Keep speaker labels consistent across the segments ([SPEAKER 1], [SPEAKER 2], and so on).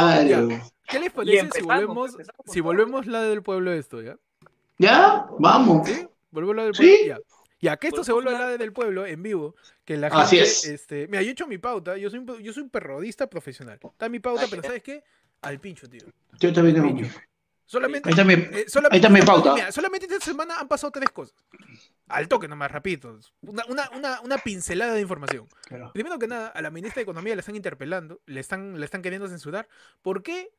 [SPEAKER 1] Claro.
[SPEAKER 2] ¿Qué les
[SPEAKER 3] Y
[SPEAKER 2] parece si
[SPEAKER 3] empezamos,
[SPEAKER 2] volvemos,
[SPEAKER 3] empezamos por
[SPEAKER 2] si
[SPEAKER 3] todo.
[SPEAKER 2] volvemos la del pueblo esto, ya?
[SPEAKER 1] ¿Ya? Vamos.
[SPEAKER 2] ¿Sí? Volvemos la del
[SPEAKER 1] Sí.
[SPEAKER 2] pueblo. Ya. Ya, que esto se vuelve la del pueblo en vivo, que la gente,
[SPEAKER 1] Así es.
[SPEAKER 2] este, mira, yo he hecho mi pauta, yo soy un, yo soy un perrodista profesional. Está mi pauta, pero ¿sabes qué? Al pincho, tío.
[SPEAKER 1] Yo también tengo mi-
[SPEAKER 2] Solamente
[SPEAKER 1] Ahí está mi,
[SPEAKER 2] Eh, solam-
[SPEAKER 1] Ahí está mi pauta.
[SPEAKER 2] Mira, solamente esta semana han pasado tres cosas. Al toque nomás, rapidito. Una, una, una, una pincelada de información.
[SPEAKER 1] Claro.
[SPEAKER 2] Primero que nada, a la ministra de Economía la están interpelando, le están, le están queriendo censurar. ¿Por qué?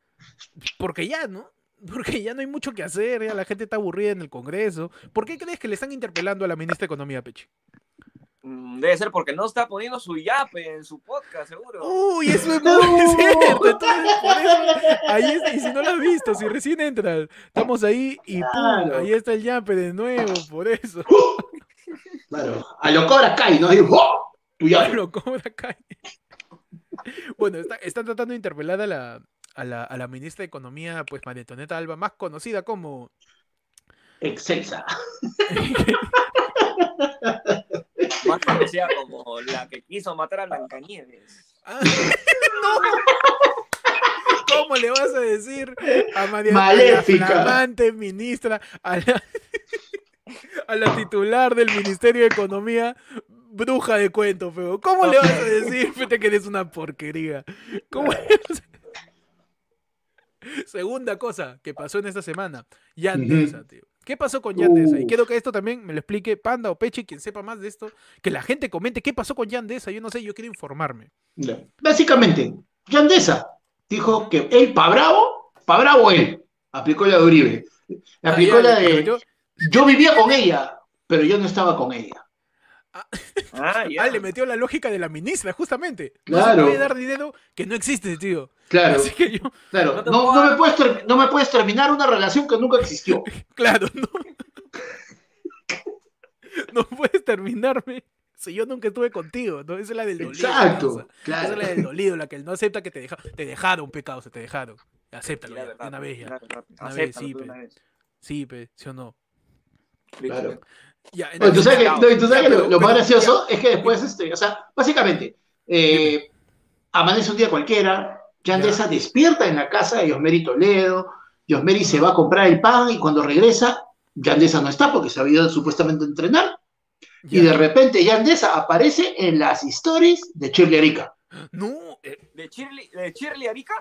[SPEAKER 2] Porque ya, ¿no? Porque ya no hay mucho que hacer, ya la gente está aburrida en el Congreso. ¿Por qué crees que le están interpelando a la ministra de Economía, Pechi?
[SPEAKER 3] Mm, Debe ser porque no está poniendo su yape en su podcast, seguro.
[SPEAKER 2] Uy, eso es
[SPEAKER 1] No.
[SPEAKER 2] muy cierto. Entonces, por eso, ahí es- y si no lo has visto, si recién entras, estamos ahí y pum,
[SPEAKER 1] Claro.
[SPEAKER 2] ahí está el yape de nuevo, por eso.
[SPEAKER 1] Claro. A lo Cobra Kai, ¿no? Ahí, ¡oh! Tú ya.
[SPEAKER 2] Pablo Cobra Kai. bueno, está- están tratando de interpelar a la, a la, a la ministra de Economía, pues Mariantoneta Alba, más conocida como.
[SPEAKER 1] Excelsa.
[SPEAKER 3] Más conocida como la que quiso matar a Blancanieves.
[SPEAKER 2] Ah, ¡No! ¿Cómo le vas a decir a María
[SPEAKER 1] Maléfica.
[SPEAKER 2] a la flamante ministra, a la, a la titular del Ministerio de Economía, bruja de cuento, feo? ¿Cómo le vas a decir, fíjate que eres una porquería? ¿Cómo le vas a- Segunda cosa que pasó en esta semana, Yandesa, tío. ¿Qué pasó con Yandesa? Y
[SPEAKER 1] Uf.
[SPEAKER 2] quiero que esto también me lo explique Panda o Peche, quien sepa más de esto, que la gente comente qué pasó con Yandesa. Yo no sé, yo quiero informarme.
[SPEAKER 1] Ya. Básicamente, Yandesa dijo que él pa' bravo, pa' bravo él. Aplicó la de Uribe.
[SPEAKER 2] Ah,
[SPEAKER 1] Aplicó
[SPEAKER 2] ya,
[SPEAKER 1] la
[SPEAKER 2] pero
[SPEAKER 1] de.
[SPEAKER 2] yo-
[SPEAKER 1] Yo vivía con ella, pero yo no estaba con ella.
[SPEAKER 3] Ah, ya.
[SPEAKER 2] Ah, le metió la lógica de la ministra, justamente. No se
[SPEAKER 1] Claro.
[SPEAKER 2] puede dar dinero que no existe, tío.
[SPEAKER 1] Claro,
[SPEAKER 2] Así que yo,
[SPEAKER 1] claro.
[SPEAKER 3] No te
[SPEAKER 1] No,
[SPEAKER 3] puedo
[SPEAKER 1] no
[SPEAKER 3] dar-
[SPEAKER 1] me puedes ter- no me puedes terminar una relación que nunca existió.
[SPEAKER 2] claro, no. No puedes terminarme si yo nunca estuve contigo, ¿no? Esa es la del dolido. esa.
[SPEAKER 1] Exacto.
[SPEAKER 2] Esa es
[SPEAKER 1] Claro.
[SPEAKER 2] la del dolido, la que no acepta que te deja, te dejaron, pecado, se te dejaron. Acéptalo,
[SPEAKER 3] Dile
[SPEAKER 2] ya,
[SPEAKER 3] la
[SPEAKER 2] de
[SPEAKER 3] verdad,
[SPEAKER 2] una vez ya.
[SPEAKER 3] dile la verdad.
[SPEAKER 2] una vez,
[SPEAKER 3] Acéptalo
[SPEAKER 2] sí,
[SPEAKER 3] tú
[SPEAKER 2] pe.
[SPEAKER 3] una vez.
[SPEAKER 2] Sí, pe, sí o no.
[SPEAKER 1] Claro.
[SPEAKER 2] Ya,
[SPEAKER 1] No, tú sabes que, no, y tú sabes que lo,
[SPEAKER 2] pero-
[SPEAKER 1] lo más
[SPEAKER 2] pero-
[SPEAKER 1] gracioso es que después, este, o sea, básicamente, eh, amanece un día cualquiera, Yandesa despierta en la casa de Yosmeri Toledo, Yosmeri se va a comprar el pan y cuando regresa, Yandesa no está porque se había ido supuestamente a entrenar
[SPEAKER 2] ya.
[SPEAKER 1] y de repente Yandesa aparece en las stories de Shirley Arica.
[SPEAKER 2] No, eh,
[SPEAKER 3] ¿De Shirley, de Shirley Arica?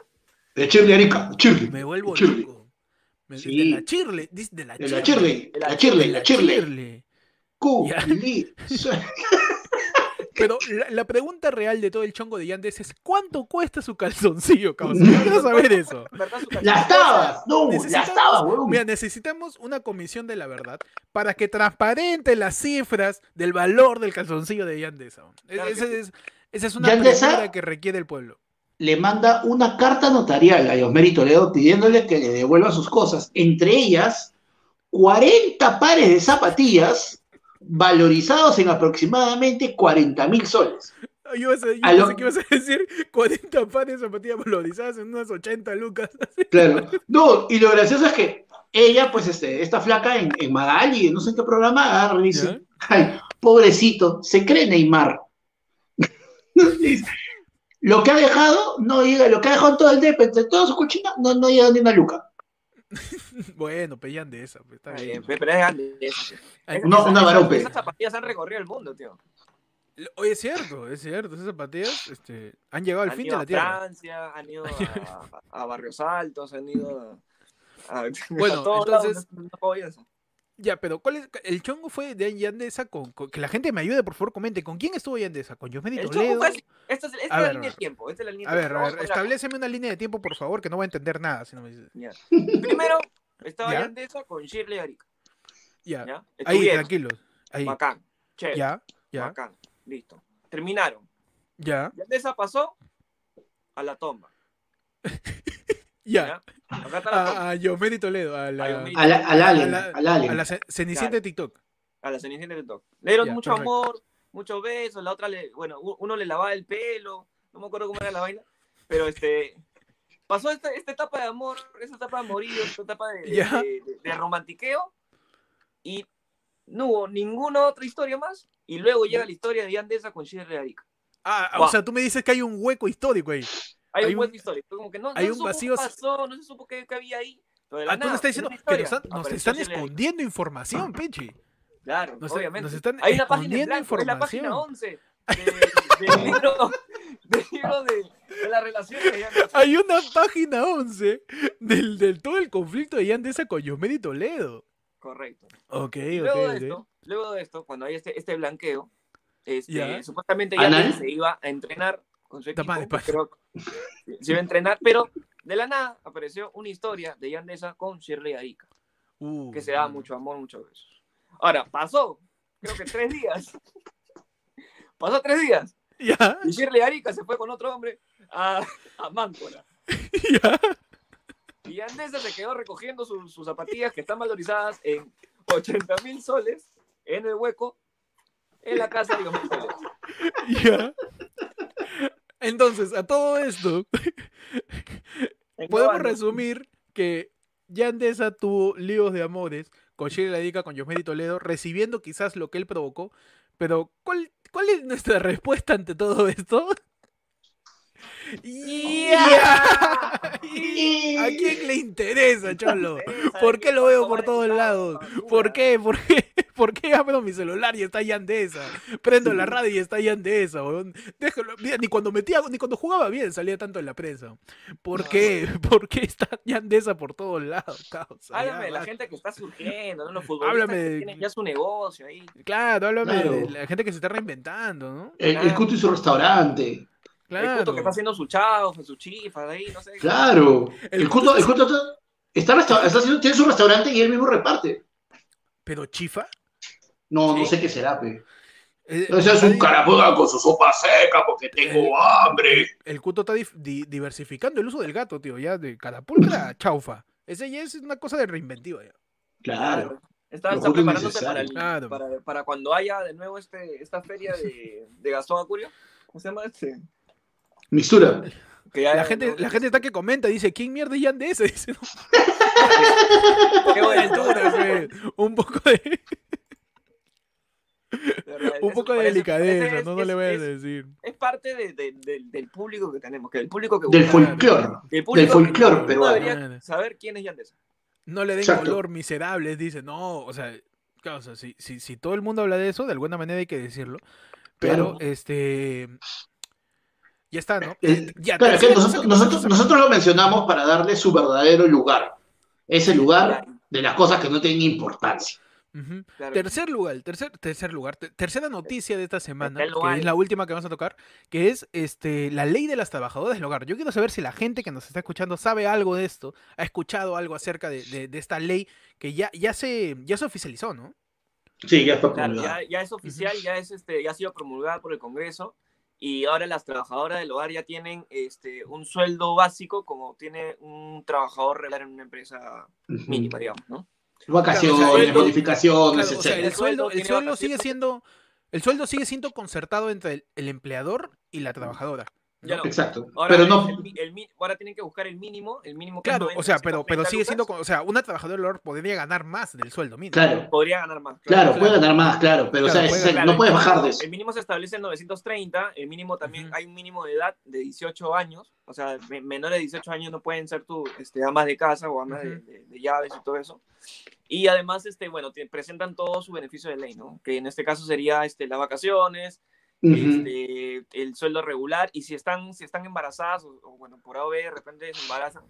[SPEAKER 1] De Shirley Arica, Shirley.
[SPEAKER 2] me vuelvo
[SPEAKER 1] Shirley.
[SPEAKER 2] loco. Me-
[SPEAKER 1] Sí.
[SPEAKER 2] De la chirle, dice de la
[SPEAKER 1] De la
[SPEAKER 2] chirle.
[SPEAKER 1] Shirley, la Shirley, la Shirley.
[SPEAKER 2] Chirle.
[SPEAKER 1] Q,
[SPEAKER 2] Ya.
[SPEAKER 1] Li, Su-
[SPEAKER 2] Pero la, la pregunta real de todo el chongo de Yandes es ¿cuánto cuesta su calzoncillo, causa? Yo quiero saber eso.
[SPEAKER 3] ¿Verdad su
[SPEAKER 1] Las
[SPEAKER 3] canción?
[SPEAKER 1] tabas, no,
[SPEAKER 2] Necesitamos-
[SPEAKER 1] las tabas, huevón.
[SPEAKER 2] Mira, necesitamos una comisión de la verdad para que transparente las cifras del valor del calzoncillo de Yandesa. Es-
[SPEAKER 3] Claro que
[SPEAKER 2] ese
[SPEAKER 3] sí.
[SPEAKER 2] es- esa es una
[SPEAKER 1] Yandesa-
[SPEAKER 2] pregunta que requiere el pueblo.
[SPEAKER 1] le manda una carta notarial a Yosmeri Toledo pidiéndole que le devuelva sus cosas, entre ellas 40 pares de zapatillas valorizados en aproximadamente 40 mil soles.
[SPEAKER 2] Yo, pensé- yo
[SPEAKER 1] A lo-
[SPEAKER 2] pensé que ibas a decir 40 pares de zapatillas valorizadas en unas 80 lucas.
[SPEAKER 1] Claro. No, y lo gracioso es que ella, pues este, esta flaca en, en Magali, no sé en qué programa, agarra y dice, ay, pobrecito, se cree Neymar. lo que ha dejado, no llega, lo que ha dejado en todo el DEP, entre toda su cochina, no, no llega ni una luca.
[SPEAKER 2] Bueno, pe Yandesa. pe, está
[SPEAKER 3] Está
[SPEAKER 2] bien.
[SPEAKER 3] bien, pues. pe, pero es grande. Esas-
[SPEAKER 2] Ay,
[SPEAKER 1] No,
[SPEAKER 3] esas-
[SPEAKER 1] una varope.
[SPEAKER 3] Esas zapatillas han recorrido el mundo, tío.
[SPEAKER 2] Oye, es cierto, es cierto. Esas zapatillas este, han llegado al
[SPEAKER 3] han
[SPEAKER 2] fin de
[SPEAKER 3] ido
[SPEAKER 2] la
[SPEAKER 3] a
[SPEAKER 2] tierra.
[SPEAKER 3] Francia, han ido a, a Barrios Altos, han ido a. a-
[SPEAKER 2] Bueno,
[SPEAKER 3] a todos
[SPEAKER 2] entonces-
[SPEAKER 3] lados, no- no puedo ir a eso.
[SPEAKER 2] Ya, pero ¿cuál es? El chongo fue de Yandesa con, con- Que la gente me ayude, por favor, comente. ¿Con quién estuvo Yandesa? ¿Con Yosmeri
[SPEAKER 3] El
[SPEAKER 2] Toledo?
[SPEAKER 3] chongo fue así. Esta es, esta es
[SPEAKER 2] A
[SPEAKER 3] la
[SPEAKER 2] ver,
[SPEAKER 3] línea
[SPEAKER 2] a ver.
[SPEAKER 3] de tiempo. Esta es la línea
[SPEAKER 2] A
[SPEAKER 3] de
[SPEAKER 2] ver,
[SPEAKER 3] tiempo.
[SPEAKER 2] a ver,
[SPEAKER 3] Vamos con la-
[SPEAKER 2] estableceme una línea de tiempo, por favor, que no voy a entender nada si no me dices.
[SPEAKER 3] Primero, estaba
[SPEAKER 2] Ya.
[SPEAKER 3] Yandesa con Shirley Arica.
[SPEAKER 2] Ya,
[SPEAKER 3] ¿ya?
[SPEAKER 2] ahí,
[SPEAKER 3] Estuvieron,
[SPEAKER 2] tranquilos. Ahí,
[SPEAKER 3] Bacán. Chévere.
[SPEAKER 2] ya, ya,
[SPEAKER 3] Bacán. Listo. Terminaron.
[SPEAKER 2] ya,
[SPEAKER 3] Yandesa pasó a la toma.
[SPEAKER 2] ya.
[SPEAKER 3] Acá está la toma.
[SPEAKER 2] A, a Yosmeri Toledo, a la,
[SPEAKER 3] A
[SPEAKER 2] a
[SPEAKER 3] Yosmeri.
[SPEAKER 1] Al, al
[SPEAKER 2] A
[SPEAKER 1] Allen,
[SPEAKER 2] la-
[SPEAKER 1] al Allen.
[SPEAKER 2] la ce- Cenicienta de TikTok.
[SPEAKER 3] a la Cenicienta del TikTok. Le dieron
[SPEAKER 2] Ya,
[SPEAKER 3] mucho
[SPEAKER 2] perfecto.
[SPEAKER 3] amor, muchos besos, la otra le, bueno, u- uno le lavaba el pelo, no me acuerdo cómo era la vaina, pero este pasó esta, esta etapa de amor, esta etapa de amorío, esta etapa de, de-
[SPEAKER 2] Ya.
[SPEAKER 3] de- de romantiqueo y no hubo ninguna otra historia más y luego llega la historia de Yandesa con Shirley Arica.
[SPEAKER 2] Ah, o
[SPEAKER 3] Guau.
[SPEAKER 2] sea, tú me dices que hay un hueco histórico ahí.
[SPEAKER 3] Hay,
[SPEAKER 2] Hay
[SPEAKER 3] un
[SPEAKER 2] un-
[SPEAKER 3] hueco histórico. Como que no, no
[SPEAKER 2] hay
[SPEAKER 3] se
[SPEAKER 2] un
[SPEAKER 3] supo
[SPEAKER 2] vacío-
[SPEAKER 3] qué pasó, no se supo qué, qué había ahí. Pero de la
[SPEAKER 2] Ah, tú
[SPEAKER 3] nada,
[SPEAKER 2] nos estás
[SPEAKER 3] en
[SPEAKER 2] diciendo
[SPEAKER 3] una
[SPEAKER 2] que
[SPEAKER 3] historia,
[SPEAKER 2] nos, han- nos
[SPEAKER 3] apareció
[SPEAKER 2] están
[SPEAKER 3] Chile Allen.
[SPEAKER 2] escondiendo información, Pechi.
[SPEAKER 3] Claro,
[SPEAKER 2] Nos-
[SPEAKER 3] obviamente.
[SPEAKER 2] nos están
[SPEAKER 3] Hay una página en
[SPEAKER 2] escondiendo
[SPEAKER 3] blanco, es la página
[SPEAKER 2] información.
[SPEAKER 3] 11 de- del libro, del libro de, de las relaciones. de Jan Deza.
[SPEAKER 2] Hay una página 11 del, del todo el conflicto de Yandesa con Yosmer y Toledo.
[SPEAKER 3] Correcto.
[SPEAKER 2] Ok,
[SPEAKER 3] Y
[SPEAKER 2] ok,
[SPEAKER 3] luego,
[SPEAKER 2] ok.
[SPEAKER 3] de esto, luego de esto, cuando hay este, este blanqueo, este,
[SPEAKER 2] Ya.
[SPEAKER 3] supuestamente
[SPEAKER 1] ¿Anal?
[SPEAKER 3] ya se iba a entrenar con su equipo,
[SPEAKER 2] Tapa de pan.
[SPEAKER 3] pero se iba a entrenar, pero de la nada apareció una historia de Yandesa con Shirley Arica,
[SPEAKER 2] Uh,
[SPEAKER 3] que se daba mucho amor, muchos besos. Ahora, pasó, creo que tres días. Pasó tres días.
[SPEAKER 2] Ya,
[SPEAKER 3] Y Shirley Arica se fue con otro hombre a, a Máncora.
[SPEAKER 2] ya.
[SPEAKER 3] Y Andesa se quedó recogiendo sus- sus zapatillas que están valorizadas en 80 mil soles en el hueco en la casa de los mil soles.
[SPEAKER 2] Ya. Entonces, a todo esto, podemos
[SPEAKER 3] Englobando.
[SPEAKER 2] resumir que Yandesa tuvo líos de amores con Shirley Ladica, con Yosmeri Toledo, recibiendo quizás lo que él provocó. Pero, ¿cuál, cuál es nuestra respuesta ante todo esto? ¡Ya!
[SPEAKER 3] Ah,
[SPEAKER 2] ¿A quién le interesa, Cholo?
[SPEAKER 3] Interesa,
[SPEAKER 2] ¿Por qué lo veo por
[SPEAKER 3] tomar
[SPEAKER 2] todos
[SPEAKER 3] el lado,
[SPEAKER 2] lados?
[SPEAKER 3] basura.
[SPEAKER 2] ¿Por qué? ¿Por qué? ¿Por qué abro mi celular y está Yandesa? Prendo la radio y está Yandesa, weón. Déjalo. Mira, ni cuando metía, ni cuando jugaba bien salía tanto en la prensa. ¿Por
[SPEAKER 3] No.
[SPEAKER 2] qué? ¿Por qué está Yandesa por todos lados, causa? Ya,
[SPEAKER 3] Háblame de la
[SPEAKER 2] basta.
[SPEAKER 3] gente que está surgiendo, ¿no? los futbolistas
[SPEAKER 2] Háblame
[SPEAKER 3] que
[SPEAKER 2] de-
[SPEAKER 3] tienen ya su negocio ahí.
[SPEAKER 2] Claro, háblame
[SPEAKER 1] Claro.
[SPEAKER 2] de la gente que se está reinventando, ¿no?
[SPEAKER 1] Eh, El, el Cuto y su restaurante.
[SPEAKER 3] El
[SPEAKER 2] Claro.
[SPEAKER 3] puto que está haciendo su chaufa, su chifa, ahí, no sé.
[SPEAKER 1] Claro.
[SPEAKER 2] El
[SPEAKER 1] El, Cuto, el Cuto está, está resta- está haciendo- tiene su restaurante y él mismo reparte.
[SPEAKER 2] Pero chifa.
[SPEAKER 1] No, no
[SPEAKER 3] Sí.
[SPEAKER 1] sé qué será, pe.
[SPEAKER 2] Eh,
[SPEAKER 1] No seas
[SPEAKER 2] está
[SPEAKER 1] un
[SPEAKER 2] di-
[SPEAKER 1] carapuda con su sopa seca porque tengo hambre.
[SPEAKER 2] El cuto está dif- di- diversificando el uso del gato, tío. Ya de carapulcra a chaufa. Ese ya es una cosa de reinventiva ya.
[SPEAKER 1] Claro.
[SPEAKER 3] Está,
[SPEAKER 1] Lo
[SPEAKER 3] está
[SPEAKER 1] justo y
[SPEAKER 3] preparándose
[SPEAKER 1] necesario.
[SPEAKER 3] para, el-
[SPEAKER 2] Claro.
[SPEAKER 3] para, para cuando haya de nuevo este, esta feria de, de Gastón Acurio. ¿Cómo se llama este?
[SPEAKER 1] Mistura.
[SPEAKER 3] Que ya-
[SPEAKER 2] La gente, la gente está que comenta, dice, ¿quién mierda es Jan Deza?" Dice, "No,
[SPEAKER 3] Qué buena altura,
[SPEAKER 2] puta, fe".
[SPEAKER 3] güey.
[SPEAKER 2] un poco de,
[SPEAKER 3] De verdad,
[SPEAKER 2] un
[SPEAKER 3] eso
[SPEAKER 2] poco de
[SPEAKER 3] parece-
[SPEAKER 2] delicadeza,
[SPEAKER 3] parece-
[SPEAKER 2] no,
[SPEAKER 3] es-
[SPEAKER 2] no le voy a
[SPEAKER 3] es-
[SPEAKER 2] decir.
[SPEAKER 3] Es parte de- de- del- del público que tenemos, que el público que
[SPEAKER 1] Del
[SPEAKER 3] busca-
[SPEAKER 1] folclore.
[SPEAKER 3] que el
[SPEAKER 1] Del
[SPEAKER 3] público que
[SPEAKER 1] folclore
[SPEAKER 3] uno
[SPEAKER 1] peruano.
[SPEAKER 3] debería saber quién es Yandesa.
[SPEAKER 2] No le den
[SPEAKER 1] Exacto.
[SPEAKER 2] color miserables, dice, no, o sea, claro, o sea, si, si, si todo el mundo habla de eso, de alguna manera hay que decirlo.
[SPEAKER 1] Claro.
[SPEAKER 2] Pero, este, ya está, ¿no?
[SPEAKER 1] Eh,
[SPEAKER 2] Ya,
[SPEAKER 1] Claro,
[SPEAKER 2] tercero,
[SPEAKER 1] que
[SPEAKER 2] no sé
[SPEAKER 1] nosotros,
[SPEAKER 2] qué
[SPEAKER 1] nosotros,
[SPEAKER 2] pasa.
[SPEAKER 1] nosotros lo mencionamos para darle su verdadero lugar. Ese lugar de las cosas que no tienen importancia.
[SPEAKER 2] Ujú.
[SPEAKER 3] Claro.
[SPEAKER 2] Tercer lugar, tercer, tercer lugar, te- tercera noticia de esta semana,
[SPEAKER 3] Tercer
[SPEAKER 2] que
[SPEAKER 3] lugar.
[SPEAKER 2] es la última que vamos a tocar, que es este la ley de las trabajadoras del hogar. Yo quiero saber si la gente que nos está escuchando sabe algo de esto, ha escuchado algo acerca de, de- de esta ley que ya, ya se ya se oficializó, ¿no?
[SPEAKER 1] Sí, ya está
[SPEAKER 3] Claro,
[SPEAKER 1] promulgado.
[SPEAKER 3] ya, ya es oficial, ya es este, ya ha sido promulgada por el Congreso y ahora las trabajadoras del hogar ya tienen este un sueldo básico como tiene un trabajador regular en una empresa
[SPEAKER 1] Ujú.
[SPEAKER 3] mínima, digamos, ¿no?
[SPEAKER 1] Vacaciones,
[SPEAKER 2] Claro, o sea, el-
[SPEAKER 1] bonificaciones,
[SPEAKER 2] Claro, o sea,
[SPEAKER 1] etcétera.
[SPEAKER 2] el sueldo, el
[SPEAKER 3] tiene
[SPEAKER 2] sueldo
[SPEAKER 3] vacaciones.
[SPEAKER 2] sigue siendo el sueldo sigue siendo concertado entre el, el empleador y la trabajadora.
[SPEAKER 3] Ya no.
[SPEAKER 1] Exacto.
[SPEAKER 3] Ahora,
[SPEAKER 1] Pero
[SPEAKER 3] el
[SPEAKER 1] no,
[SPEAKER 3] mi- el mi- ahora tienen que buscar el mínimo, el mínimo que es
[SPEAKER 2] Claro, o
[SPEAKER 3] 90,
[SPEAKER 2] sea, pero, pero
[SPEAKER 3] 90
[SPEAKER 2] sigue siendo,
[SPEAKER 3] lucas,
[SPEAKER 2] con- o sea, una trabajadora del hogar podría ganar más del sueldo mínimo.
[SPEAKER 1] claro,
[SPEAKER 3] podría ganar más.
[SPEAKER 1] claro,
[SPEAKER 2] Claro.
[SPEAKER 1] puede ganar más, claro, pero o
[SPEAKER 2] Claro,
[SPEAKER 1] sea,
[SPEAKER 2] puede
[SPEAKER 1] es-
[SPEAKER 3] Claro,
[SPEAKER 1] no
[SPEAKER 3] el
[SPEAKER 1] puedes
[SPEAKER 3] mínimo-
[SPEAKER 1] bajar de eso.
[SPEAKER 3] El mínimo se establece en 930, el mínimo también,
[SPEAKER 2] Ujú.
[SPEAKER 3] hay un mínimo de edad de 18 años, o sea, me- menores de 18 años no pueden ser tu, este, amas de casa o amas de,
[SPEAKER 2] Ujú.
[SPEAKER 3] de- de llaves y todo eso. Y además, este, bueno, te presentan todo su beneficio de ley, ¿no? Que en este caso sería este, las vacaciones,
[SPEAKER 1] Ujú.
[SPEAKER 3] este, el sueldo regular, y si están, si están embarazadas, o, o, bueno, por AOV de repente se embarazan,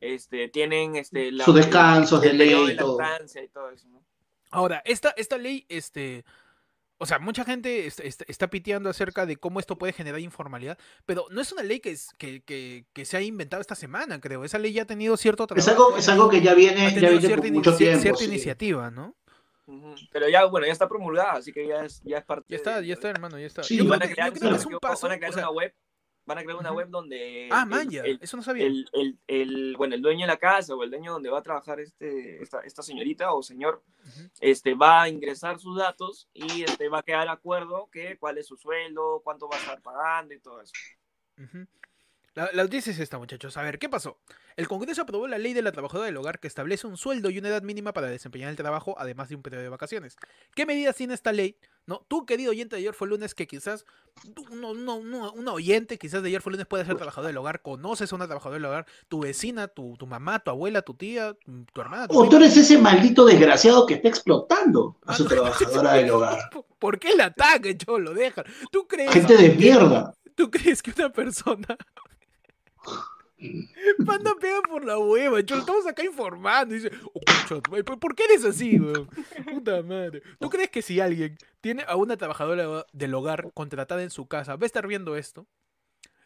[SPEAKER 3] este, tienen este, la-
[SPEAKER 1] Sus descansos de
[SPEAKER 3] el periodo
[SPEAKER 1] ley y
[SPEAKER 3] de
[SPEAKER 1] todo.
[SPEAKER 3] lactancia y todo eso, ¿no?
[SPEAKER 2] Ahora, esta, esta ley, este, o sea, mucha gente est- est- está piteando acerca de cómo esto puede generar informalidad, pero no es una ley que, es- que, que- que se ha inventado esta semana, creo. Esa ley ya ha tenido cierto
[SPEAKER 1] Es
[SPEAKER 2] trabajo,
[SPEAKER 1] algo, es algo que ya
[SPEAKER 2] ha
[SPEAKER 1] viene, ya
[SPEAKER 2] tenido
[SPEAKER 1] viene
[SPEAKER 2] cierta,
[SPEAKER 1] por
[SPEAKER 2] ini-
[SPEAKER 1] mucho
[SPEAKER 2] cier-
[SPEAKER 1] tiempo.
[SPEAKER 2] cierta
[SPEAKER 1] sí.
[SPEAKER 2] iniciativa, ¿no?
[SPEAKER 3] Ujú. Pero ya, bueno, ya está promulgada, así que ya es, ya es parte
[SPEAKER 2] Ya está,
[SPEAKER 3] de-
[SPEAKER 2] ya está, hermano, ya está.
[SPEAKER 1] Sí,
[SPEAKER 2] yo creo
[SPEAKER 3] van a
[SPEAKER 2] que,
[SPEAKER 3] crear,
[SPEAKER 2] yo creo que es
[SPEAKER 3] si no me
[SPEAKER 2] un
[SPEAKER 3] equivoco,
[SPEAKER 2] paso.
[SPEAKER 3] van a crear
[SPEAKER 2] o sea,
[SPEAKER 3] una web, van a crear una
[SPEAKER 2] ujú.
[SPEAKER 3] web donde
[SPEAKER 2] ah,
[SPEAKER 3] el-
[SPEAKER 2] man, ya,
[SPEAKER 3] el,
[SPEAKER 2] eso no sabía.
[SPEAKER 3] el- el- el- bueno, el dueño de la casa o el dueño donde va a trabajar este, esta, esta señorita o señor,
[SPEAKER 2] Ujú.
[SPEAKER 3] este, va a ingresar sus datos y este, va a quedar de acuerdo que cuál es su sueldo, cuánto va a estar pagando y todo eso.
[SPEAKER 2] Ujú. La, la noticia es esta, muchachos. A ver, ¿qué pasó? El Congreso aprobó la ley de la trabajadora del hogar que establece un sueldo y una edad mínima para desempeñar el trabajo, además de un periodo de vacaciones. ¿Qué medidas tiene esta ley? ¿No? Tú, querido oyente de ayer fue lunes, que quizás no, no, no, una oyente quizás de ayer fue lunes puede ser trabajadora del hogar, conoces a una trabajadora del hogar, tu vecina, tu, tu mamá, tu abuela, tu tía, tu, tu hermana. tu
[SPEAKER 1] O tú
[SPEAKER 2] prima.
[SPEAKER 1] eres ese maldito desgraciado que está explotando a su
[SPEAKER 2] Ah, no.
[SPEAKER 1] trabajadora del hogar.
[SPEAKER 2] ¿Por qué el ataque, cholo? Deja. ¿Tú crees?
[SPEAKER 1] Gente de
[SPEAKER 2] que-
[SPEAKER 1] mierda.
[SPEAKER 2] ¿Tú crees que una persona Panda pega por la hueva, cholo, estamos acá informando. y Dice, "Oh, concha tu madre, ¿por por qué eres así, weón? Puta madre. ¿Tú crees que si alguien tiene a una trabajadora del hogar contratada en su casa, va a estar viendo esto?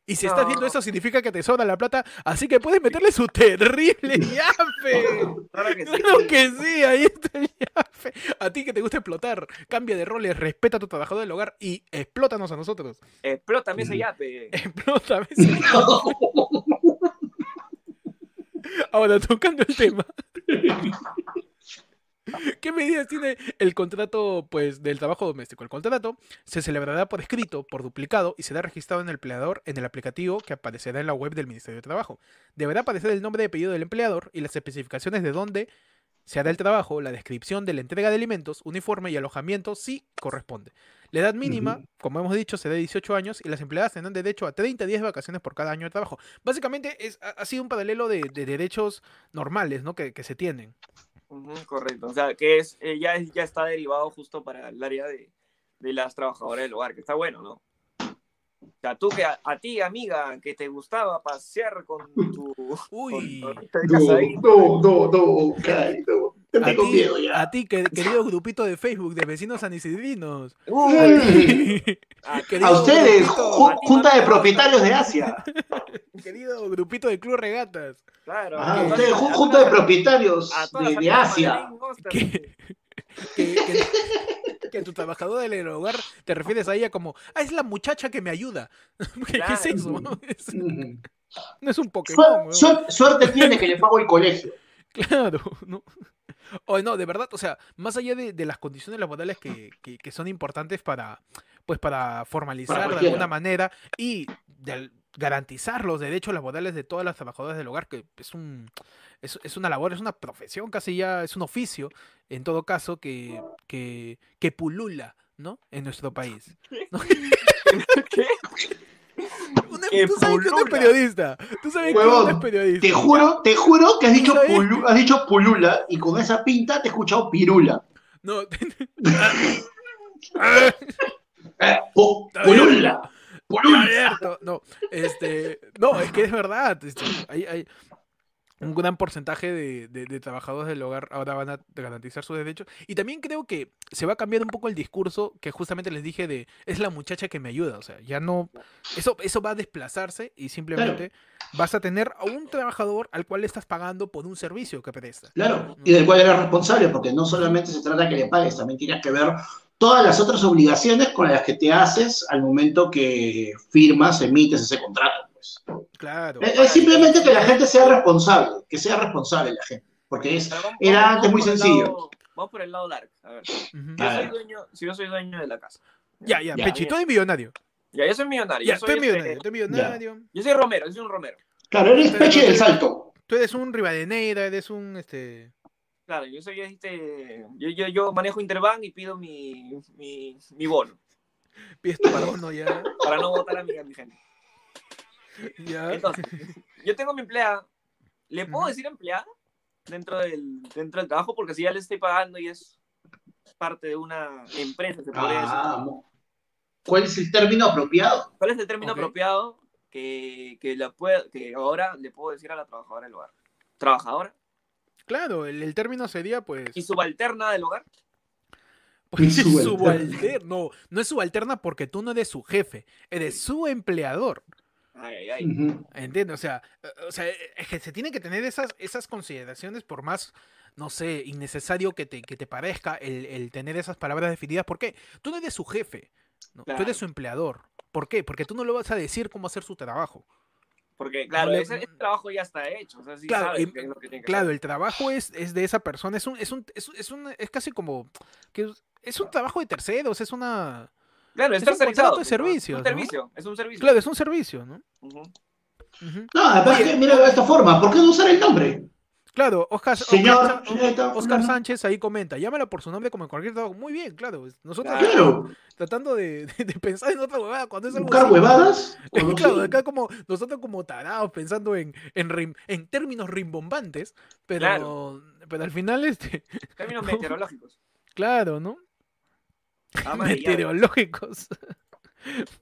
[SPEAKER 2] Y si estás viendo
[SPEAKER 3] No.
[SPEAKER 2] esto, significa que te sobra la plata, así que puedes meterle su terrible yape.
[SPEAKER 3] Claro que sí.
[SPEAKER 2] Claro que sí, ahí está el yafe. A ti que te gusta explotar, cambia de roles, respeta a tu trabajador del hogar y explótanos a nosotros.
[SPEAKER 3] Explótame ese yape.
[SPEAKER 2] Explótame. sí. Ahora, tocando el tema. ¿Qué medidas tiene el contrato pues, del trabajo doméstico? El contrato se celebrará por escrito, por duplicado y será registrado en el empleador en el aplicativo que aparecerá en la web del Ministerio de Trabajo. Deberá aparecer el nombre de apellido del empleador y las especificaciones de dónde se hará el trabajo, la descripción de la entrega de alimentos, uniforme y alojamiento si corresponde. La edad mínima,
[SPEAKER 1] Ujú.
[SPEAKER 2] como hemos dicho, será de 18 años y las empleadas tendrán derecho a 30 días de vacaciones por cada año de trabajo. Básicamente es, ha, ha sido un paralelo de, de derechos normales ¿no? que, que se tienen.
[SPEAKER 3] Ujú, correcto. O sea, que es, eh, ya, es- ya está derivado justo para el área de, de las trabajadoras del hogar, que está bueno, ¿no? O sea, tú que a, a ti, amiga, que te gustaba pasear con tu...
[SPEAKER 2] Uy,
[SPEAKER 3] con- con- te
[SPEAKER 1] No,
[SPEAKER 3] dejas ahí.
[SPEAKER 1] no, no, no, caray, no. Te
[SPEAKER 2] a
[SPEAKER 1] tengo
[SPEAKER 2] ti,
[SPEAKER 1] miedo ya.
[SPEAKER 2] a ti, que- querido grupito de Facebook de vecinos sanisidrinos.
[SPEAKER 3] Uy,
[SPEAKER 1] Mm.
[SPEAKER 3] a-
[SPEAKER 1] A ustedes,
[SPEAKER 2] grupito,
[SPEAKER 1] ju-
[SPEAKER 2] a ti,
[SPEAKER 1] junta de
[SPEAKER 2] mamá,
[SPEAKER 1] propietarios de Asia.
[SPEAKER 2] Querido grupito de Club Regatas.
[SPEAKER 3] claro.
[SPEAKER 1] Ah,
[SPEAKER 3] a todas-
[SPEAKER 1] ustedes, ju-
[SPEAKER 3] a
[SPEAKER 1] junta de
[SPEAKER 3] todas-
[SPEAKER 1] propietarios
[SPEAKER 3] a todas
[SPEAKER 1] de,
[SPEAKER 3] las
[SPEAKER 1] de
[SPEAKER 3] amigas
[SPEAKER 1] Asia.
[SPEAKER 3] Madeleine Monster.
[SPEAKER 2] Que, que, que- que tu trabajador del hogar te refieres a ella como, ah, es la muchacha que me ayuda. ¿Qué, qué es
[SPEAKER 3] Claro.
[SPEAKER 2] eso? no? Es-
[SPEAKER 1] Mm.
[SPEAKER 2] no es un
[SPEAKER 1] Suer-
[SPEAKER 2] Pokémon. weón.
[SPEAKER 1] suer- suerte tiene que le pago el colegio.
[SPEAKER 2] Claro, ¿no? Oye, no, de verdad, o sea, más allá de, de las condiciones laborales que, que- que son importantes para, pues, para formalizar de
[SPEAKER 1] cualquiera.
[SPEAKER 2] alguna manera y de al- garantizar los derechos laborales de todas las trabajadoras del hogar, que es un es, es una labor, es una profesión, casi ya es un oficio, en todo caso, que, que, que pulula, ¿no? En nuestro país. ¿no?
[SPEAKER 3] ¿Qué?
[SPEAKER 2] Una-
[SPEAKER 3] Que
[SPEAKER 2] tú sabes que uno es
[SPEAKER 3] pulula.
[SPEAKER 2] periodista, tú sabes que uno
[SPEAKER 1] Huevón,
[SPEAKER 2] es periodista.
[SPEAKER 1] Te juro, te juro que has dicho,
[SPEAKER 2] ¿Sabes?
[SPEAKER 1] pulu- has dicho pulula y con esa pinta te he escuchado pirula.
[SPEAKER 2] No, Ah,
[SPEAKER 1] Eh, pu- pulula. Pulula.
[SPEAKER 2] Alberto, no, este, no, es que es verdad, este, hay, hay un gran porcentaje de, de- de trabajadores del hogar ahora van a garantizar sus derechos y también creo que se va a cambiar un poco el discurso que justamente les dije de es la muchacha que me ayuda, o sea, ya no, eso, eso va a desplazarse y simplemente vas a tener a un trabajador al cual le estás pagando por un servicio que presta.
[SPEAKER 1] Claro, y del cual eres responsable, porque no solamente se trata que le pagues, también tienes que ver todas las otras obligaciones con las que te haces al momento que firmas, emites ese contrato. pues.
[SPEAKER 2] Claro.
[SPEAKER 3] Eh,
[SPEAKER 1] Es, es simplemente que la gente sea responsable, que sea responsable la gente, porque es...
[SPEAKER 3] Pero vamos-
[SPEAKER 1] Era
[SPEAKER 3] vamos-
[SPEAKER 1] antes muy
[SPEAKER 3] vamos por el
[SPEAKER 1] sencillo.
[SPEAKER 3] lado- Vamos por el lado largo. A ver, si
[SPEAKER 2] Ujú.
[SPEAKER 1] Ah.
[SPEAKER 3] yo
[SPEAKER 1] A
[SPEAKER 3] soy
[SPEAKER 1] ver.
[SPEAKER 3] dueño, si yo soy dueño de la casa.
[SPEAKER 2] Ya, ya,
[SPEAKER 1] Ya.
[SPEAKER 2] Pechi, tú eres millonario.
[SPEAKER 3] Ya, yo soy millonario.
[SPEAKER 2] Ya,
[SPEAKER 3] yo,
[SPEAKER 2] tú
[SPEAKER 3] soy
[SPEAKER 2] eres
[SPEAKER 3] este-
[SPEAKER 2] millonario, tú eres millonario.
[SPEAKER 3] yo soy Romero, yo soy un Romero.
[SPEAKER 1] Claro, eres peche del salto.
[SPEAKER 2] Tú eres un Rivadeneira, eres un, este...
[SPEAKER 3] Claro, yo soy este. Yo, yo, yo manejo Interbank y pido mi, mi, mi bono
[SPEAKER 2] Pies tu abono ya.
[SPEAKER 3] para no votar a mi, a mi gente.
[SPEAKER 2] ya.
[SPEAKER 3] Entonces, yo tengo mi empleada. ¿Le puedo
[SPEAKER 2] Ujú.
[SPEAKER 3] decir empleada dentro del, dentro del trabajo? Porque si ya le estoy pagando y es parte de una empresa, se podría decir.
[SPEAKER 1] Ah, mo- ¿Cuál es el término apropiado?
[SPEAKER 3] ¿Cuál es el término
[SPEAKER 2] Ok.
[SPEAKER 3] apropiado que, que, la pueda- que ahora le puedo decir a la trabajadora del hogar? Trabajadora
[SPEAKER 2] Claro, el, el término sería pues.
[SPEAKER 3] y subalterna del hogar.
[SPEAKER 2] pues,
[SPEAKER 1] subalterna.
[SPEAKER 2] subalter- No, no es subalterna porque tú no eres su jefe, eres su empleador.
[SPEAKER 3] Ay, ay, ay.
[SPEAKER 1] Ujú.
[SPEAKER 2] ¿Entiendes? O sea, eh, o sea, es que se tiene que tener esas, esas consideraciones por más, no sé, innecesario que te, que te parezca el, el tener esas palabras definidas. ¿Por qué? Tú no eres su jefe, ¿no? tú
[SPEAKER 3] Claro.
[SPEAKER 2] eres su empleador. ¿Por qué? Porque tú no le vas a decir cómo hacer su trabajo.
[SPEAKER 3] Porque, claro,
[SPEAKER 2] le-
[SPEAKER 3] ese, ese trabajo ya está hecho. O sea, sí
[SPEAKER 2] Claro,
[SPEAKER 3] sabes
[SPEAKER 2] y-
[SPEAKER 3] qué es lo que tiene que
[SPEAKER 2] Claro,
[SPEAKER 3] hacer.
[SPEAKER 2] el trabajo es, es de esa persona, es un, es un, es, es un- es casi como que es- es un trabajo de terceros, es una
[SPEAKER 3] Claro,
[SPEAKER 2] es un
[SPEAKER 3] es
[SPEAKER 2] contrato de
[SPEAKER 3] tercerizado. pues, ¿no?
[SPEAKER 2] servicios,
[SPEAKER 3] Es un
[SPEAKER 2] ¿no?
[SPEAKER 3] servicio, es un servicio.
[SPEAKER 2] claro, es un servicio, ¿no?
[SPEAKER 3] Ujú.
[SPEAKER 2] Ujú.
[SPEAKER 1] No, además, que, mira de esta forma, ¿por qué no usar el nombre?
[SPEAKER 2] Claro, Oscar,
[SPEAKER 1] Señor,
[SPEAKER 2] Oscar-
[SPEAKER 1] señorita,
[SPEAKER 2] Oscar
[SPEAKER 1] no, no.
[SPEAKER 2] Sánchez ahí comenta, llámala por su nombre como en cualquier lado. Muy bien, claro. pues, Nosotros
[SPEAKER 3] Claro.
[SPEAKER 1] Claro,
[SPEAKER 2] tratando de, de- de pensar en otra huevada cuando es algo
[SPEAKER 1] buscar
[SPEAKER 2] así.
[SPEAKER 1] huevadas. cuando
[SPEAKER 2] Claro,
[SPEAKER 1] sí.
[SPEAKER 2] acá como nosotros como tarados pensando en, en, rim- en términos rimbombantes, pero,
[SPEAKER 3] Claro.
[SPEAKER 2] pero al final, este,
[SPEAKER 3] Términos meteorológicos.
[SPEAKER 2] claro, ¿no?
[SPEAKER 3] Amarillado.
[SPEAKER 2] Meteorológicos.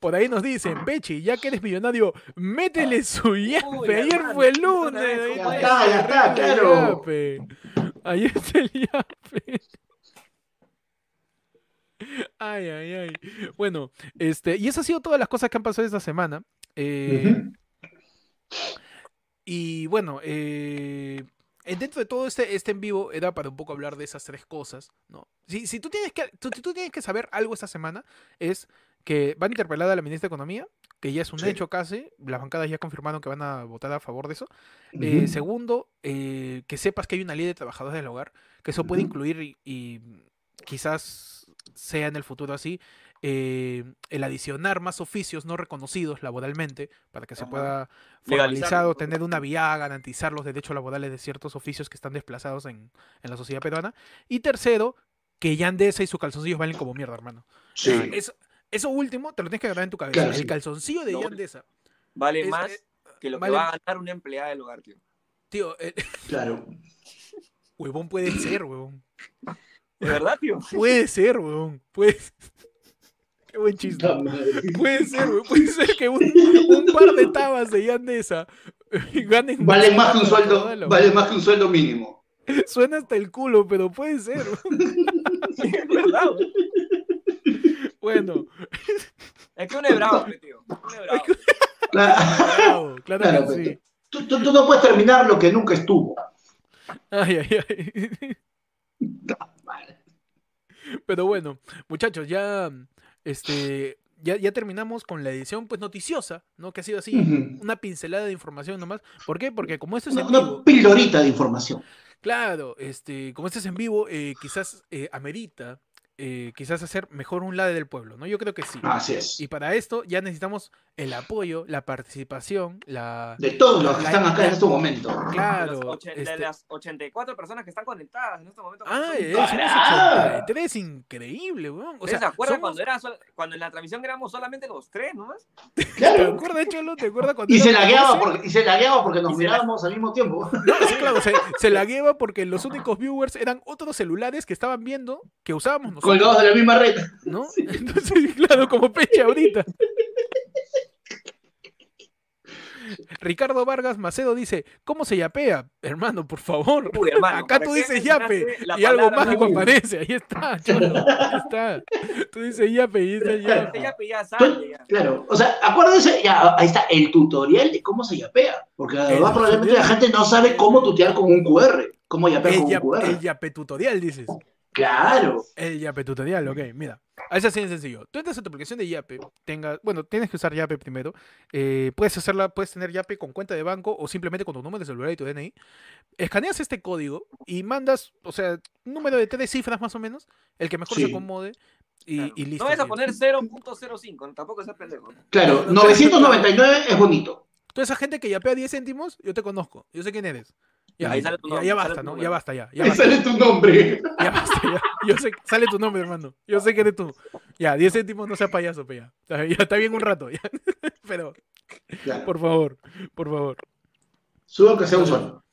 [SPEAKER 2] Por ahí nos dicen, Pechi, ya que eres millonario, métele su yape. Ayer
[SPEAKER 3] hermano,
[SPEAKER 2] fue el
[SPEAKER 3] puta
[SPEAKER 2] lunes.
[SPEAKER 3] vez,
[SPEAKER 2] ahí
[SPEAKER 3] compadre.
[SPEAKER 2] está
[SPEAKER 1] Ya está, ya está,
[SPEAKER 2] el
[SPEAKER 1] claro.
[SPEAKER 2] yape. Ahí está el yape. Ay, ay, ay. Bueno, este, y esas han sido todas las cosas que han pasado esta semana. Eh,
[SPEAKER 1] Ujú.
[SPEAKER 2] y bueno, eh, eh, dentro de todo este, este en vivo era para un poco hablar de esas tres cosas, ¿no? Si, si tú, tienes que, tú, tú tienes que saber algo esta semana es que van a interpelar a la ministra de Economía, que ya es un
[SPEAKER 1] Sí.
[SPEAKER 2] hecho casi, las bancadas ya confirmaron que van a votar a favor de eso.
[SPEAKER 1] Ujú.
[SPEAKER 2] Eh, segundo, eh, que sepas que hay una ley de trabajadores del hogar, que eso puede
[SPEAKER 1] Ujú.
[SPEAKER 2] incluir y, y quizás sea en el futuro así, eh, el adicionar más oficios no reconocidos laboralmente para que se
[SPEAKER 3] Ajá.
[SPEAKER 2] pueda formalizar
[SPEAKER 3] Legalizarlo,
[SPEAKER 2] o
[SPEAKER 3] ¿no?
[SPEAKER 2] tener una vía a garantizar los derechos laborales de ciertos oficios que están desplazados en, en la sociedad peruana. Y tercero, que Yandesa y sus calzoncillos valen como mierda, hermano.
[SPEAKER 1] Sí.
[SPEAKER 2] Eh, Eso, eso último te lo tienes que agarrar en tu cabeza.
[SPEAKER 1] Claro,
[SPEAKER 2] el
[SPEAKER 1] sí.
[SPEAKER 2] calzoncillo de
[SPEAKER 3] Lo-
[SPEAKER 2] Yandesa.
[SPEAKER 3] Vale
[SPEAKER 2] Es-
[SPEAKER 3] más
[SPEAKER 2] eh,
[SPEAKER 3] que lo
[SPEAKER 2] vale-
[SPEAKER 3] que va a ganar una empleada del hogar, tío.
[SPEAKER 2] Tío, el,
[SPEAKER 1] Claro.
[SPEAKER 2] huevón puede ser, huevón.
[SPEAKER 3] ¿De verdad, tío?
[SPEAKER 2] Puede ser, weón. Puede ser. Qué buen chiste.
[SPEAKER 1] Puta madre.
[SPEAKER 2] Puede ser, weón. Puede ser que un, un par de tabas de Yandesa ganen.
[SPEAKER 1] Vale más que un
[SPEAKER 2] Dale,
[SPEAKER 1] sueldo,
[SPEAKER 2] weón.
[SPEAKER 1] vale más que un sueldo mínimo.
[SPEAKER 2] Suena hasta el culo, pero puede ser. weón.
[SPEAKER 3] ¿De verdad? güey?
[SPEAKER 2] Bueno,
[SPEAKER 3] Es que uno es bravo, pe, tío. Uno es bravo.
[SPEAKER 1] Claro,
[SPEAKER 2] claro, claro
[SPEAKER 1] claro,
[SPEAKER 2] que sí.
[SPEAKER 1] pues, tú, tú- tú no puedes terminar lo que nunca estuvo.
[SPEAKER 2] Ay, ay, ay. Pero bueno, muchachos, ya. Este. Ya, ya terminamos con la edición, pues, noticiosa, ¿no? Que ha sido así.
[SPEAKER 1] Ujú.
[SPEAKER 2] Una pincelada de información nomás. ¿Por qué? Porque como esto es
[SPEAKER 1] Una,
[SPEAKER 2] en
[SPEAKER 1] una
[SPEAKER 2] vivo,
[SPEAKER 1] pildorita de información.
[SPEAKER 2] Claro, este, como este es en vivo, eh, quizás eh, amerita eh, quizás hacer mejor un lado del pueblo, ¿no? Yo creo que sí.
[SPEAKER 1] Así es.
[SPEAKER 2] Y para esto ya necesitamos el apoyo, la participación, la...
[SPEAKER 1] De todos los que
[SPEAKER 2] La-
[SPEAKER 1] están acá en
[SPEAKER 2] la-
[SPEAKER 1] este momento.
[SPEAKER 3] De
[SPEAKER 2] Claro.
[SPEAKER 3] las ochen- de
[SPEAKER 2] este-
[SPEAKER 3] las 84 personas que están conectadas en este momento. con
[SPEAKER 2] Ah,
[SPEAKER 3] nosotros.
[SPEAKER 2] eh, somos
[SPEAKER 1] ¡Carajo!
[SPEAKER 2] 83, increíble, weón. O
[SPEAKER 3] ¿Ustedes
[SPEAKER 2] sea,
[SPEAKER 3] se acuerdan
[SPEAKER 2] somos-
[SPEAKER 3] cuando, era sol- cuando en la transmisión éramos solamente los tres nomás?
[SPEAKER 2] ¿Te
[SPEAKER 1] Claro.
[SPEAKER 2] acuerdas, Cholo? ¿Te acuerdas cuando
[SPEAKER 1] Y se
[SPEAKER 2] éramos
[SPEAKER 1] lagueaba
[SPEAKER 2] 12?
[SPEAKER 1] porque, y se lagueaba porque nos
[SPEAKER 3] Y se la-
[SPEAKER 1] mirábamos al mismo tiempo.
[SPEAKER 2] No, sí, claro, se, se la lleva porque los únicos viewers eran otros celulares que estaban viendo que usábamos nosotros.
[SPEAKER 1] Colgados de la misma red.
[SPEAKER 2] ¿no? Entonces, claro, como peche ahorita. Ricardo Vargas Macedo dice, ¿cómo se yapea? Hermano, por favor.
[SPEAKER 3] Uy, hermano.
[SPEAKER 2] Acá
[SPEAKER 3] ¿para
[SPEAKER 2] tú
[SPEAKER 3] qué
[SPEAKER 2] dices
[SPEAKER 3] mencionaste
[SPEAKER 2] yape
[SPEAKER 3] la
[SPEAKER 2] y algo
[SPEAKER 3] palabra
[SPEAKER 2] mágico
[SPEAKER 1] yape?
[SPEAKER 2] aparece. Ahí está, cholo. Ahí está. Tú dices yape y dices
[SPEAKER 3] yape?
[SPEAKER 2] yape.
[SPEAKER 3] este Yape ya sale, ya.
[SPEAKER 1] Pues, Claro, o sea, acuérdense, ya, ahí está el tutorial de cómo se yapea, porque la
[SPEAKER 2] El
[SPEAKER 1] verdad probablemente
[SPEAKER 2] tutorial.
[SPEAKER 1] la gente no sabe cómo tutear con un QR, cómo yapear
[SPEAKER 2] El,
[SPEAKER 1] con un
[SPEAKER 2] yap-
[SPEAKER 1] QR.
[SPEAKER 2] el yape tutorial, dices.
[SPEAKER 1] Claro,
[SPEAKER 2] El Yape tutorial, ok, mira. Es así de sencillo. Tú entras a tu aplicación de Yape, tenga, bueno, tienes que usar Yape primero. eh, puedes hacerla, puedes tener Yape con cuenta de banco o simplemente con tu número de celular y tu DNI. Escaneas este código y mandas, o sea, un número de tres cifras más o menos, el que mejor se
[SPEAKER 1] Sí.
[SPEAKER 2] acomode y,
[SPEAKER 3] Claro.
[SPEAKER 2] y listo.
[SPEAKER 3] No vas a
[SPEAKER 2] tío.
[SPEAKER 3] poner 0.05, no, tampoco seas pendejo.
[SPEAKER 1] claro, 999 es bonito.
[SPEAKER 2] Toda esa gente que yapea 10 céntimos, yo te conozco, yo sé quién eres. Ya,
[SPEAKER 3] Ahí sale tu
[SPEAKER 2] ya-
[SPEAKER 3] nombre,
[SPEAKER 2] ya
[SPEAKER 3] sale
[SPEAKER 2] basta,
[SPEAKER 3] tu
[SPEAKER 2] ¿no? Ya
[SPEAKER 3] número.
[SPEAKER 2] basta, ya. ya
[SPEAKER 1] Ahí
[SPEAKER 2] basta.
[SPEAKER 1] sale tu nombre.
[SPEAKER 2] Ya basta, ya. Yo sé, sale tu nombre, hermano. Yo sé que eres tú. Ya, 10 céntimos no seas payaso, pe, ya. Está bien, ya está bien un rato, ya. Pero,
[SPEAKER 1] Claro,
[SPEAKER 2] por favor, por favor.
[SPEAKER 1] subo que sea un solo.